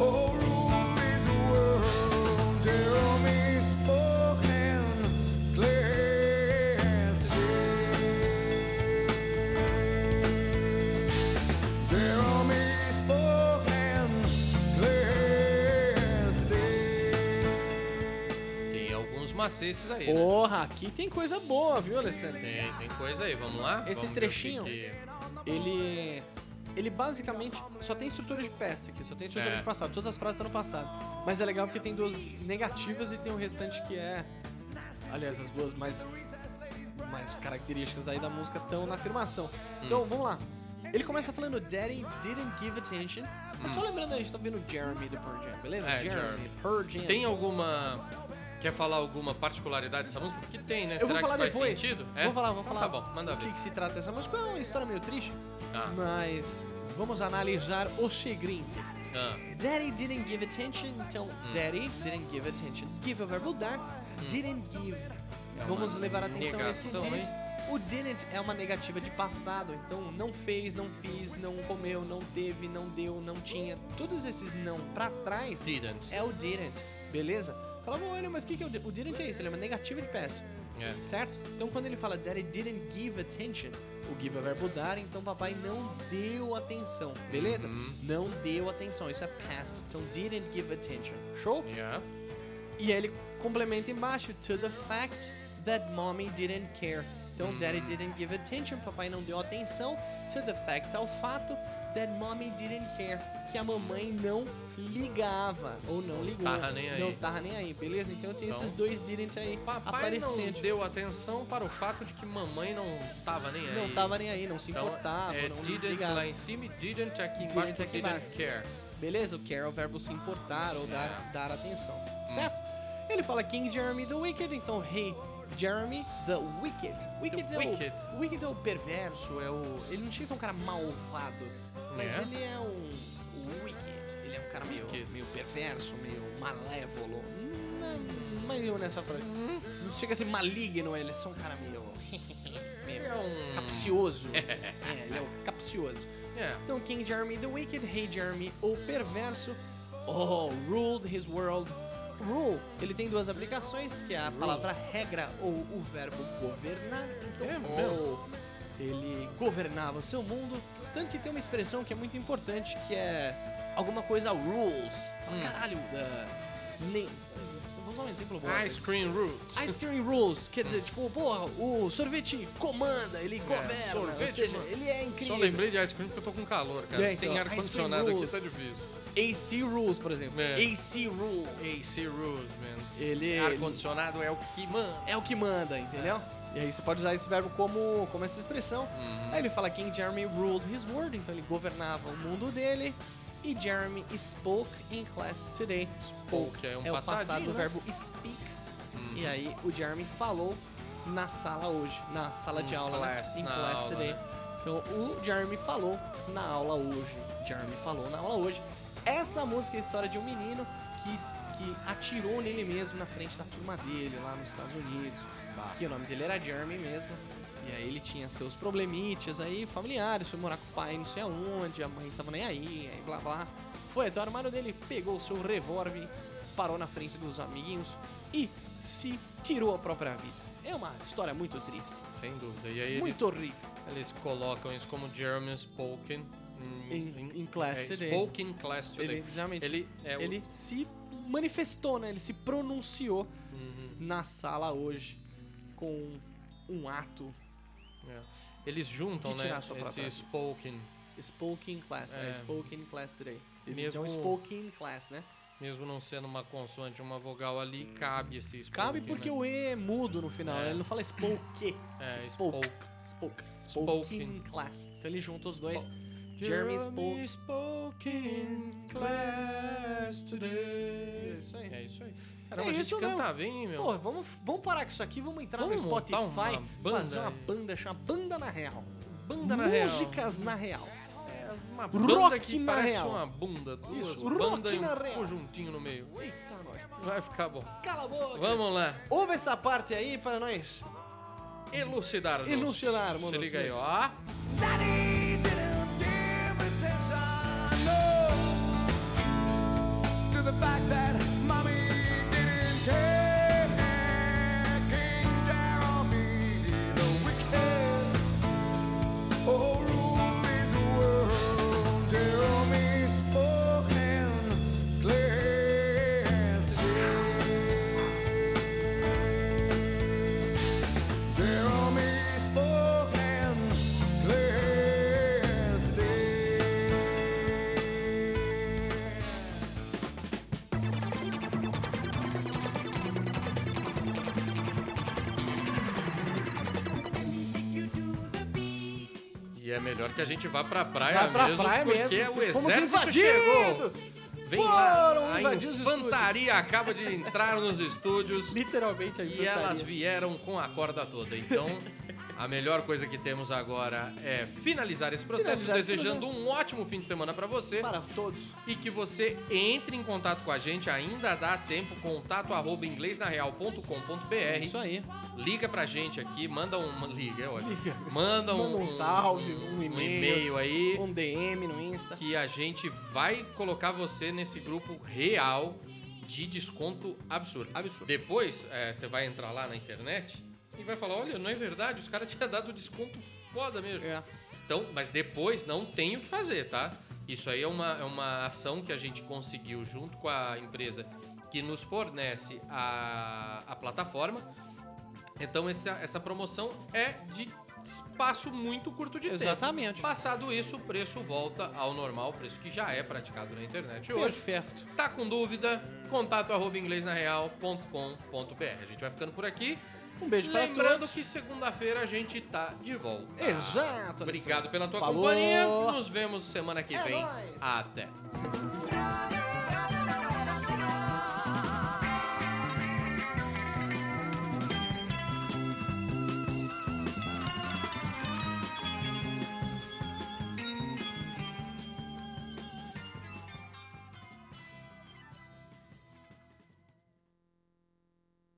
S5: oh rules the world. Jeremy spoke and glanced Jeremy spoke and glanced
S1: Tem alguns macetes aí, né?
S6: Porra, aqui tem coisa boa, viu, Alessandro?
S1: Tem, tem coisa aí, vamos lá? Vamos
S6: Esse
S1: ver o que
S6: trechinho.
S1: que-
S6: Ele. Ele basicamente só tem estrutura de peste aqui, só tem estrutura
S1: É.
S6: de passado. Todas as frases estão no passado. Mas é legal porque tem duas negativas e tem o restante que é. Aliás, as duas mais. mais características aí da música estão na afirmação.
S1: Hum.
S6: Então, vamos lá. Ele começa falando Daddy didn't give attention. tá É só lembrando a gente tá vendo Jeremy do Pearl Jam, beleza?
S1: É, Hum. Jeremy.
S6: Pearl Jam.
S1: Tem alguma Quer falar alguma particularidade dessa música? Porque tem, né?
S6: Eu
S1: Será
S6: vou falar
S1: que faz
S6: depois.
S1: sentido?
S6: Vou falar, vou
S1: Então
S6: falar.
S1: Tá bom, manda
S6: O que,
S1: ver.
S6: que se trata essa música? É uma história meio triste,
S1: Ah.
S6: mas vamos analisar o segredo.
S1: Ah.
S6: Daddy didn't give attention, então
S1: Hum.
S6: Daddy didn't give attention. Give é o verbo dar, didn't give.
S1: É
S6: Vamos
S1: uma
S6: levar atenção a esse
S1: negação,
S6: didn't.
S1: hein?
S6: O didn't é uma negativa de passado, então não fez, não fiz, não comeu, não teve, não deu, não tinha. Todos esses não pra trás
S1: Didn't.
S6: é o didn't, beleza? Fala, olha, mas o que, que é o di-" O didn't é isso, ele é uma negativa de past
S1: É.
S6: certo? Então quando ele fala that it didn't give attention, o give é verbo dar, então papai não deu atenção, beleza?
S1: Uhum.
S6: Não deu atenção, isso é past, então didn't give attention, show?
S1: Yeah.
S6: E aí ele complementa embaixo, to the fact that mommy didn't care. Então
S1: Hum.
S6: daddy didn't give attention, papai não deu atenção, to the fact, ao fato, that mommy didn't care, que a mamãe não ligava, ou não ligou,
S1: Tava nem aí.
S6: não tava nem aí, beleza? Então tem
S1: Então,
S6: esses dois didn't aí
S1: Papai
S6: aparecendo.
S1: não deu atenção para o fato de que mamãe não tava nem aí.
S6: Não tava nem aí, não se
S1: Então,
S6: importava,
S1: é
S6: não
S1: didn't
S6: ligava.
S1: lá em cima e didn't aqui embaixo
S6: Didn't
S1: didn't,
S6: aqui embaixo.
S1: care.
S6: Beleza? O care é o verbo se importar ou dar, dar atenção. Certo? Ele fala King Jeremy the Wicked, então Hey Jeremy the Wicked. Wicked, é,
S1: Wicked.
S6: O, wicked é o perverso, é o. Ele não chega a ser um cara malvado, mas
S1: É?
S6: ele é um. o Wicked. Ele é um cara meio,
S1: Wicked.
S6: meio perverso, meio malévolo. Não, é mas eu nessa frase. Não chega a ser maligno, ele é só um cara meio. meio
S1: É um-
S6: capcioso. é, ele é um capcioso.
S1: É.
S6: Então, King Jeremy the Wicked, Hey Jeremy, o perverso, oh, ruled his world. Rule, ele tem duas aplicações, que é a palavra regra ou o verbo governar. Então,
S1: É
S6: oh, ele governava seu mundo. Tanto que tem uma expressão que é muito importante, que é alguma coisa rules. Ah,
S1: Hum.
S6: Caralho, uh, nem... Vou usar um exemplo bom.
S1: Ice cream roots.
S6: Ice Cream Rules, quer dizer, tipo, porra, o sorvete comanda, ele governa,
S1: É, sorvete,
S6: ou seja,
S1: mano.
S6: ele é incrível.
S1: Só lembrei de ice cream porque eu tô com calor, cara.
S6: É, então,
S1: Sem
S6: ice cream
S1: ar-condicionado aqui
S6: rules.
S1: tá difícil.
S6: AC Rules, por exemplo.
S1: É.
S6: AC Rules.
S1: AC rules, man.
S6: Ele-
S1: Ar-condicionado é o que, mano.
S6: É o que manda, entendeu?
S1: É.
S6: E aí você pode usar esse verbo como, como essa expressão.
S1: Uhum.
S6: Aí ele fala King Jeremy ruled his world, então ele governava o mundo dele. E Jeremy spoke in class today.
S1: Spoke é um
S6: o
S1: passadinho,
S6: passado
S1: né?
S6: do
S1: Uhum.
S6: verbo speak. E aí o Jeremy falou na sala hoje, na sala de
S1: In
S6: aula,
S1: class,
S6: né? In
S1: na
S6: class
S1: aula,
S6: today.
S1: né?
S6: Então o Jeremy falou na aula hoje. Jeremy falou na aula hoje. Essa música é a história de um menino que, s- que atirou nele mesmo na frente da turma dele, lá nos Estados Unidos. Que o nome dele era Jeremy mesmo. E aí ele tinha seus problemites aí, familiares, foi morar com o pai não sei aonde, a mãe tava nem aí, aí blá blá. Foi até o armário dele, pegou o seu revólver, parou na frente dos amiguinhos e se tirou a própria vida. É uma história muito triste,
S1: Sem dúvida. E aí
S6: muito horrível.
S1: eles, eles colocam isso como Jeremy Spoken é,
S6: In- in class today.
S1: Spoken Class Today.
S6: Ele, realmente, ele,
S1: Ele é o-
S6: se manifestou, né? Ele se pronunciou
S1: Uhum.
S6: na sala hoje com um ato
S1: é. Eles juntam,
S6: De tirar
S1: né?
S6: a sua própria
S1: Esse
S6: vida.
S1: Spoken,
S6: Spoken class, é,
S1: É.
S6: spoken class today.
S1: Mesmo-
S6: Então, spoken class, né?
S1: mesmo não sendo uma consoante, uma vogal ali, cabe esse Spoken.
S6: Hum. Cabe porque
S1: né?
S6: o E é mudo no final,
S1: É.
S6: ele não fala spoke.
S1: É,
S6: spoke.
S1: spoke.
S6: Spoke.
S1: Spoken.
S6: Spoken class. Então ele junta os dois.
S1: Spo-
S6: Jeremy spoke.
S1: Spoken Class Today.
S6: É isso aí.
S1: É isso aí. Caramba, a
S6: É
S1: gente
S6: isso mesmo.
S1: cantava, hein, meu?
S6: Pô, vamos, vamos parar com isso aqui, vamos entrar
S1: Vamos
S6: no
S1: montar uma
S6: Spotify,
S1: banda
S6: fazer uma
S1: aí.
S6: banda, chama Banda na Real.
S1: Banda na Real.
S6: Músicas na Real.
S1: Uma
S6: Rock
S1: banda que
S6: na
S1: parece
S6: real.
S1: uma bunda, duas
S6: Isso, rock
S1: bandas e
S6: na
S1: um
S6: real.
S1: conjuntinho no meio.
S6: Eita, nós.
S1: Vai ficar bom.
S6: Cala a boca.
S1: Vamos lá.
S6: Ouve essa parte aí para nós
S1: Elucidar.
S6: elucidar, mano. assim.
S1: Se liga aí, ó.
S5: Daddy didn't give attention, no, to the fact that mommy didn't care. And King Jeremy, the wicked, oh, ruled his world. Jeremy spoke and glanced Jeremy spoke and glanced
S1: E é melhor que a gente vá pra praia
S6: Vai pra
S1: mesmo,
S6: praia
S1: porque
S6: mesmo.
S1: o
S6: Fomos
S1: é exército
S6: invadidos!
S1: chegou. Vem lá,
S6: Foram
S1: a
S6: invadir os
S1: infantaria acaba de entrar nos estúdios
S6: Literalmente a tá
S1: e
S6: infantaria.
S1: elas vieram com a corda toda. Então, a melhor coisa que temos agora é finalizar esse processo,
S6: Finalizar esse
S1: desejando um ótimo fim de semana pra você
S6: Para todos.
S1: e que você entre em contato com a gente, ainda dá tempo, contato arroba
S6: É
S1: inglesnareal.com.br.
S6: isso aí.
S1: Liga pra gente aqui, manda um. Liga, olha. Manda um,
S6: Manda um salve, um
S1: um
S6: e-mail.
S1: e-mail aí
S6: Um DM no Insta.
S1: que a gente vai colocar você nesse grupo real de desconto absurdo. Absurdo. Depois, é, você vai entrar lá na internet e vai falar, olha, não é verdade, os caras tinham dado desconto foda mesmo.
S6: É.
S1: Então, mas depois não tem o que fazer, tá? Isso aí é uma, é uma ação que a gente conseguiu junto com a empresa que nos fornece a, a plataforma. Então, essa, essa promoção é de espaço muito curto de tempo.
S6: Exatamente.
S1: Passado isso, o preço volta ao normal, preço que já é praticado na internet hoje.
S6: Perfeito.
S1: Tá com dúvida? Contato arroba inglesnareal.com.br. A gente vai ficando por aqui.
S6: Um beijo para
S1: Lembrando
S6: todos.
S1: que segunda-feira a gente tá de volta.
S6: Exato,
S1: Obrigado pela tua
S6: Falou. É
S1: companhia. Nos vemos semana que vem. Até.
S5: Thank